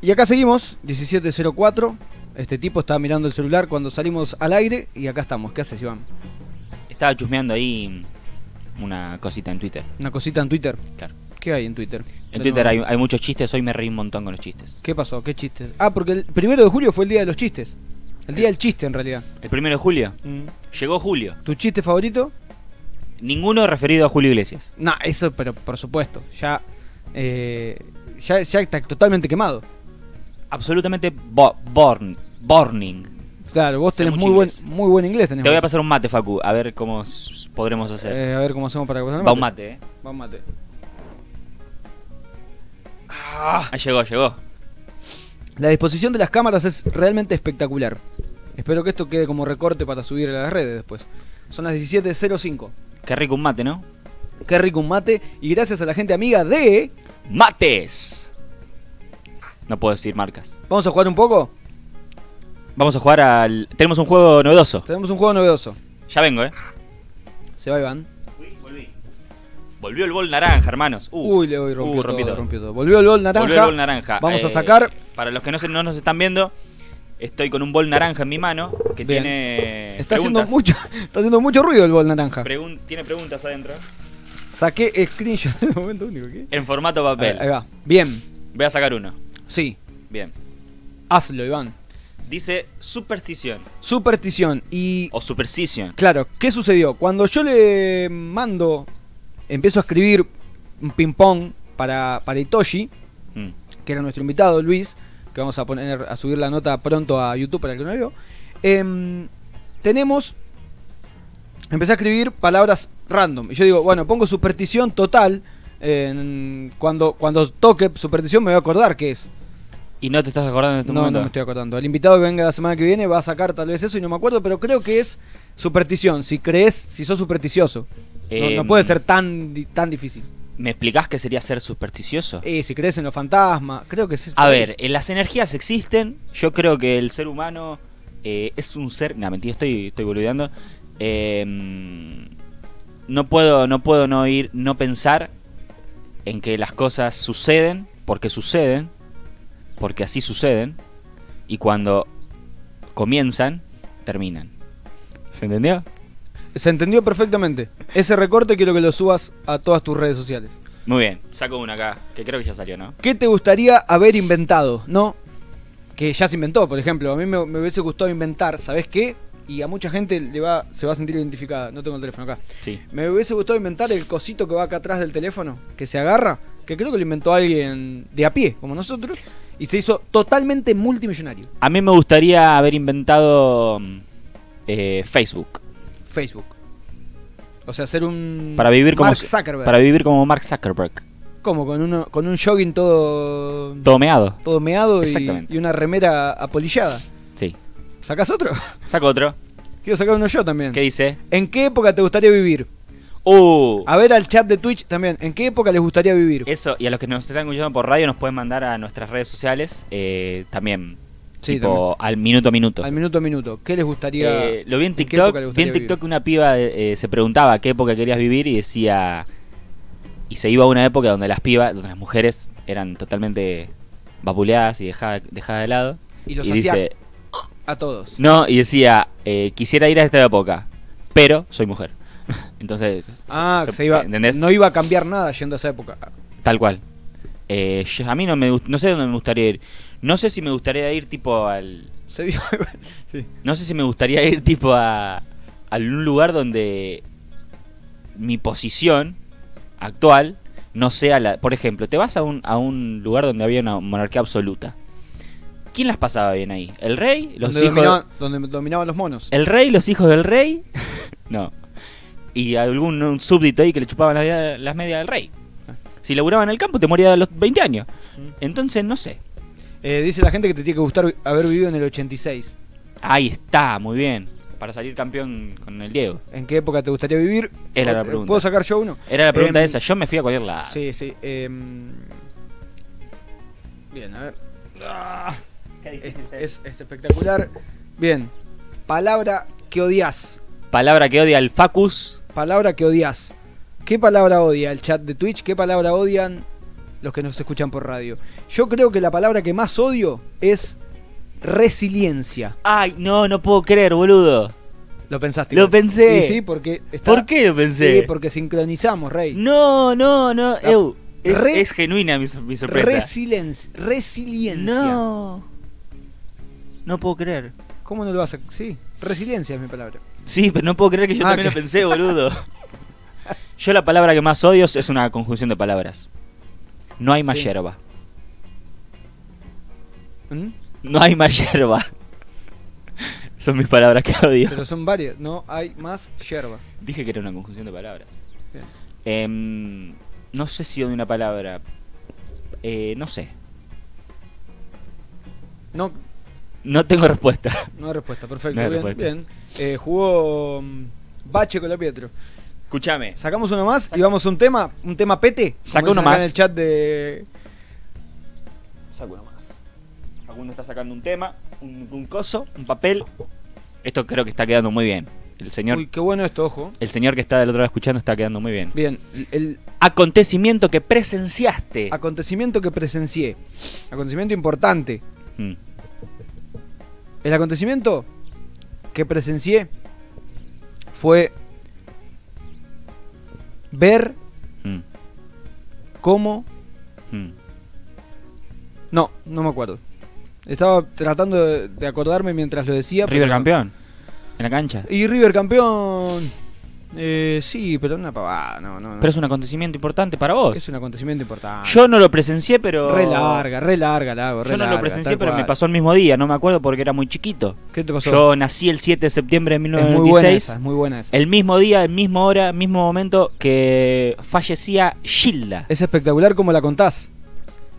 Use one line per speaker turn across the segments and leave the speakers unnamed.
Y acá seguimos, 1704. Este tipo estaba mirando el celular cuando salimos al aire y acá estamos. ¿Qué haces, Iván?
Estaba chusmeando ahí una cosita en Twitter.
Una cosita en Twitter.
Claro.
¿Qué hay en Twitter?
En
De
Twitter hay,
nuevo.
hay muchos chistes, hoy me reí un montón con los chistes.
¿Qué pasó? ¿Qué chistes? Ah, porque el primero de julio fue el día de los chistes. El día del chiste, en realidad.
El primero de julio,
Mm.
llegó julio.
¿Tu chiste favorito?
Ninguno referido a Julio Iglesias.
No, eso, pero por supuesto. Ya, eh, ya, ya está totalmente quemado.
Absolutamente bo- born, burning.
Claro, vos
Sé
tenés
mucho
muy buen,
inglés.
muy buen inglés. Tenés
Te voy a
vos.
pasar un mate, Facu, a ver cómo s- podremos hacer.
Eh, a ver cómo hacemos para que pasar el
Va un mate, eh.
Va un mate. Ah,
Ah, llegó, llegó.
la disposición de las cámaras es realmente espectacular. Espero que esto quede como recorte para subir a las redes después. Son las 17.05.
Qué rico un mate, ¿no?
Qué rico un mate. Y gracias a la gente amiga de...
¡Mates! No puedo decir marcas.
¿Vamos a jugar un poco?
Vamos a jugar al. Tenemos un juego novedoso.
Tenemos un juego novedoso.
Ya vengo, eh.
Se va Iván.
Volvió el bol naranja, hermanos. Uh,
Uy, le hoy rompió,
uh, rompí
todo,
todo.
rompió todo. Volvió el gol naranja.
Volvió el bol naranja.
Vamos a
Eh,
sacar.
Para los que no, se, no nos están viendo, estoy con un bol naranja en mi mano que
Bien.
tiene.
Está haciendo,
preguntas.
mucho, está haciendo mucho ruido el bol naranja.
Pregun- tiene preguntas adentro.
Saqué screenshot en el momento único. ¿qué?
En formato
Ahí,
papel.
ahí va. Bien.
Voy a sacar uno.
Sí.
Bien.
Hazlo, Iván.
Dice superstición.
Superstición. Y
O superstición.
claro, ¿qué sucedió? Cuando yo le mando, empiezo a escribir un ping-pong para, para Itoshi,
Mm.
que era nuestro invitado, Luis, que vamos a poner a subir la nota pronto a YouTube para el que no la vio. em, tenemos. Empecé a escribir palabras random. Y yo digo, bueno, pongo superstición total. en- cuando, cuando toque superstición me voy a acordar qué es.
¿Y no te estás acordando de este
No,
momento?
no me estoy acordando. El invitado que venga la semana que viene va a sacar tal vez eso y no me acuerdo, pero creo que es superstición. Si crees, si sos supersticioso. No- no,
Em,
puede ser tan, di- tan difícil.
¿Me explicás qué sería ser supersticioso?
Eh, si crees en los fantasmas, creo que sí.
A ver, eh, las energías existen. Yo creo que el ser humano eh, es un ser. No, mentira, estoy, estoy boludeando. Eh, no puedo, no puedo no ir, no pensar en que las cosas suceden porque suceden, porque así suceden y cuando comienzan terminan. ¿Se entendió?
Se entendió perfectamente. Ese recorte quiero que lo subas a todas tus redes sociales.
Muy bien, saco una acá que creo que ya salió, ¿no?
¿Qué te gustaría haber inventado? ¿No? Que ya se inventó, por ejemplo. A mí me, me hubiese gustado inventar, ¿sabes qué? Y a mucha gente le va, se va a sentir identificada. No tengo el teléfono acá.
Sí.
Me hubiese gustado inventar el cosito que va acá atrás del teléfono, que se agarra, que creo que lo inventó alguien de a pie, como nosotros, y se hizo totalmente multimillonario.
A mí me gustaría haber inventado mm, eh, Facebook.
Facebook. O sea, ser un
Para vivir como
Mark
si-
Zuckerberg.
Para vivir como Mark Zuckerberg.
Como con uno, con un jogging todo
Tomeado.
todo meado y,
Exactamente.
y una remera apolillada.
Sí.
¿Sacás otro?
Saco otro.
Quiero sacar uno yo también.
¿Qué dice?
¿En qué época te gustaría vivir?
Uh,
A ver al chat de Twitch también. ¿En qué época les gustaría vivir?
eso, y a los que nos están escuchando por radio nos pueden mandar a nuestras redes sociales eh, también.
Sí,
tipo, al minuto a minuto.
Al minuto a minuto. ¿Qué les gustaría?
Eh, lo vi en
¿en qué
TikTok.
época le
vi en
gustaría
TikTok que una piba eh, se preguntaba qué época querías vivir y decía. Y se iba a una época donde las pibas, donde las mujeres eran totalmente vapuleadas y dejadas, dejadas de lado.
y los
y
hacía
dice,
a todos.
no, y decía, eh, quisiera ir a esta época, pero soy mujer. Entonces,
Ah,
se-
se iba,
¿entendés?
no iba a cambiar nada yendo a esa época.
Tal cual. Eh, yo- a mí no me gust- no sé dónde me gustaría ir. No sé si me gustaría ir tipo al
Se vio. sí.
no sé si me gustaría ir tipo a algún lugar donde mi posición actual no sea la, por ejemplo, te vas a un a un lugar donde había una monarquía absoluta. ¿Quién las pasaba bien ahí? ¿El rey? ¿Los
donde,
hijos?
dominaban, donde dominaban los monos.
¿El rey? ¿Los hijos del rey? no. Y algún un súbdito ahí que le chupaban las, las medias del rey. Si laburaban en el campo te moría a los 20 años. Entonces, no sé.
Eh, dice la gente que te tiene que gustar vi- haber vivido en el 86.
Ahí está, muy bien. Para salir campeón con el Diego.
¿En qué época te gustaría vivir?
Era la
Eh,
pregunta. Ah.
¿Puedo sacar yo uno?
Era la pregunta
Em,
esa. Yo me fui a cualquier lado.
Sí, sí. em, bien, a ver. Ah, es, es- es espectacular. Bien. Palabra que odias.
Palabra que odia el Facus.
Palabra que odias. ¿Qué palabra odia el chat de Twitch? ¿Qué palabra odian los que nos escuchan por radio. Yo creo que la palabra que más odio es resiliencia.
Ay, no, no puedo creer, boludo.
Lo pensaste.
Lo
igual.
pensé.
Y sí, porque está-
¿Por qué lo pensé?
Sí, porque sincronizamos, Rey.
No, no, no.
La-
eu, es,
Re-
es genuina mi, sor- mi sorpresa.
Resilienci- resiliencia.
No. No puedo creer.
¿Cómo no lo vas a.? Sí, resiliencia es mi palabra.
Sí, pero no puedo creer que yo
Ah,
también
que-
lo pensé, boludo. yo la palabra que más odio es una conjunción de palabras. No hay más
Sí.
yerba.
¿Mm?
No hay más yerba. Son mis palabras que odio.
Pero son varias, no hay más yerba.
Dije que era una conjunción de palabras.
Bien.
Em, no sé si odio una palabra. Eh, no sé.
No,
No tengo respuesta.
no hay respuesta, perfecto.
No hay
bien,
respuesta.
bien. Eh, jugó mm, Bache con la Pietro.
Escúchame.
Sacamos uno más y vamos a un tema, un tema pete. como
Saca
dicen
uno
acá
más.
en el chat de.
Saco uno más. Facundo está sacando un tema, un, un coso, un papel. Esto creo que está quedando muy bien. El señor,
Uy, qué bueno esto, ojo.
el señor que está del otro lado escuchando está quedando muy bien.
Bien, el
Acontecimiento que presenciaste.
acontecimiento que presencié. Acontecimiento importante.
Mm.
El acontecimiento que presencié fue ver
Mm.
cómo...
Mm.
No, no me acuerdo. Estaba tratando de, de acordarme mientras lo decía. pero
River
no.
campeón. En la cancha.
Y River campeón. Eh, sí, pero una pavada. No, no, no.
Pero es un acontecimiento importante para vos.
Es un acontecimiento importante.
Yo no lo presencié, pero.
Re larga, re larga la hago, re
Yo no lo
larga,
presencié,
tal
pero me
cual.
pasó el mismo día. No me acuerdo porque era muy chiquito.
¿Qué te pasó?
Yo nací el 7 de septiembre de
es muy buena
1996.
esa, es muy buena esa.
el mismo día, el mismo hora, mismo momento que fallecía Gilda.
Es espectacular como la contás.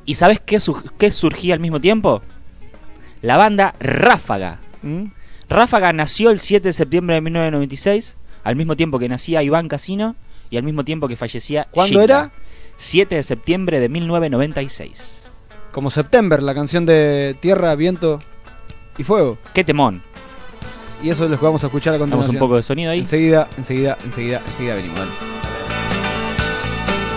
¿Y sabes qué, su- qué surgía al mismo tiempo? La banda Ráfaga.
¿Mm?
Ráfaga nació el 7 de septiembre de 1996, al mismo tiempo que nacía Iván Casino y al mismo tiempo que fallecía
¿Cuándo
Gilda.
era?
7 de septiembre de 1996.
Como September, la canción de Tierra, Viento y Fuego.
¡Qué temón!
Y eso es lo que vamos a escuchar a
Damos
continuación.
un poco de sonido ahí.
Enseguida, enseguida, enseguida, enseguida venimos. dale.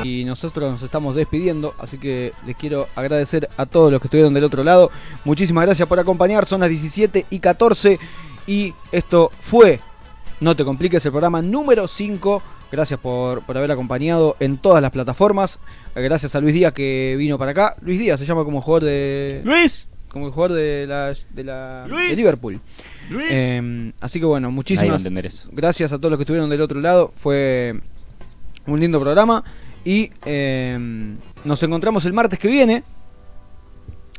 Y nosotros nos estamos despidiendo, así que les quiero agradecer a todos los que estuvieron del otro lado. Muchísimas gracias por acompañar, son las 17 y 14 y esto fue No te compliques, el programa número 5. Gracias por, por haber acompañado en todas las plataformas. Eh, Gracias a Luis Díaz que vino para acá. Luis Díaz se llama como jugador de
¡Luis!
como jugador de la, de la
Luis.
de Liverpool.
¡Luis!
Eh, así que bueno,
Nadie va a
muchísimas
entender eso.
gracias a todos los que estuvieron del otro lado. Fue un lindo programa. Y eh, nos encontramos el martes que viene.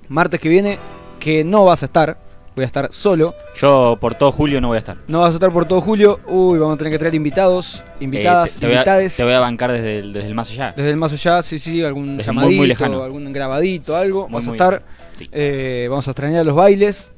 Martes que viene, que no vas a estar. Voy a estar solo.
Yo por todo julio no voy a estar.
No vas a estar por todo julio. Uy, vamos a tener que traer invitados, invitadas,
Eh, te, te voy a,
invitades.
te voy a bancar desde el, desde el más allá.
Desde el más allá, sí, sí, algún
Desde muy, muy
llamadito,
lejano.
algún grabadito, algo.
Muy,
vas a
muy-
estar.
sí.
eh, vamos a extrañar los bailes.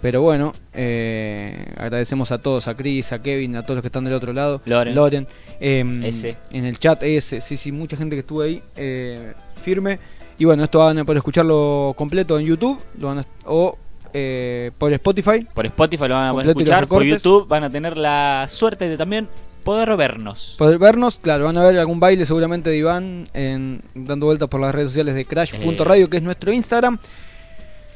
Pero bueno, eh, agradecemos a todos, a Cris, a Kevin, a todos los que están del otro lado.
Loren.
em,
Ese.
En el chat, ese. Sí, sí, mucha gente que estuvo ahí eh, firme. Y bueno, esto van a poder escucharlo completo en YouTube lo van a- o eh, por Spotify.
Por Spotify lo van a poder
Completo y los
escuchar, por
recortes.
YouTube van a tener la suerte de también poder vernos.
Poder vernos, claro, van a ver algún baile seguramente de Iván en, dando vueltas por las redes sociales de
Eh.
Crash.radio, que es nuestro Instagram.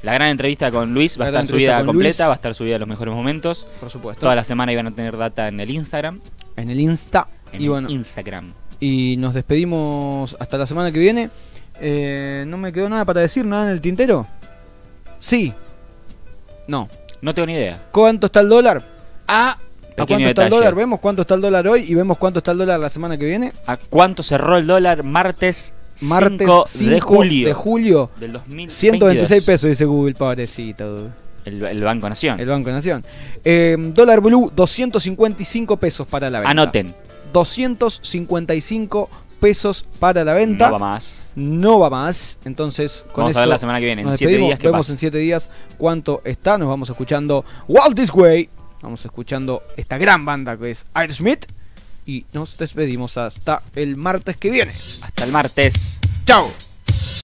La gran entrevista con Luis va a
La gran
estar subida
entrevista con
completa,
Luis.
va a estar subida a los mejores momentos.
Por supuesto.
Toda la semana iban a tener data en el Instagram.
en el Insta.
En
y
el
bueno,
Instagram.
y nos despedimos hasta la semana que viene. Eh, no me quedó nada para decir, nada en el tintero. Sí. No.
No tengo ni idea.
¿Cuánto está el dólar? ¿A
Ah, pequeño
cuánto está el
detalle.
dólar? Vemos cuánto está el dólar hoy y vemos cuánto está el dólar la semana que viene.
¿A cuánto cerró el dólar martes,
Martes
5,
5
de julio
de julio,
del 2022?
126 pesos, dice Google, pobrecito.
El, el Banco Nación.
El Banco Nación. Eh, dólar blue, 255 pesos para la venta.
Anoten.
255 pesos para la venta.
No va más.
No va más. Entonces, con
Vamos
eso
a ver la semana que viene. En
nos
7
despedimos.
días que
Vemos
pasa.
en 7 días cuánto está. Nos vamos escuchando Wild This Way. Vamos escuchando esta gran banda que es Aerosmith. Y nos despedimos hasta el martes que viene.
Hasta el martes.
¡Chao!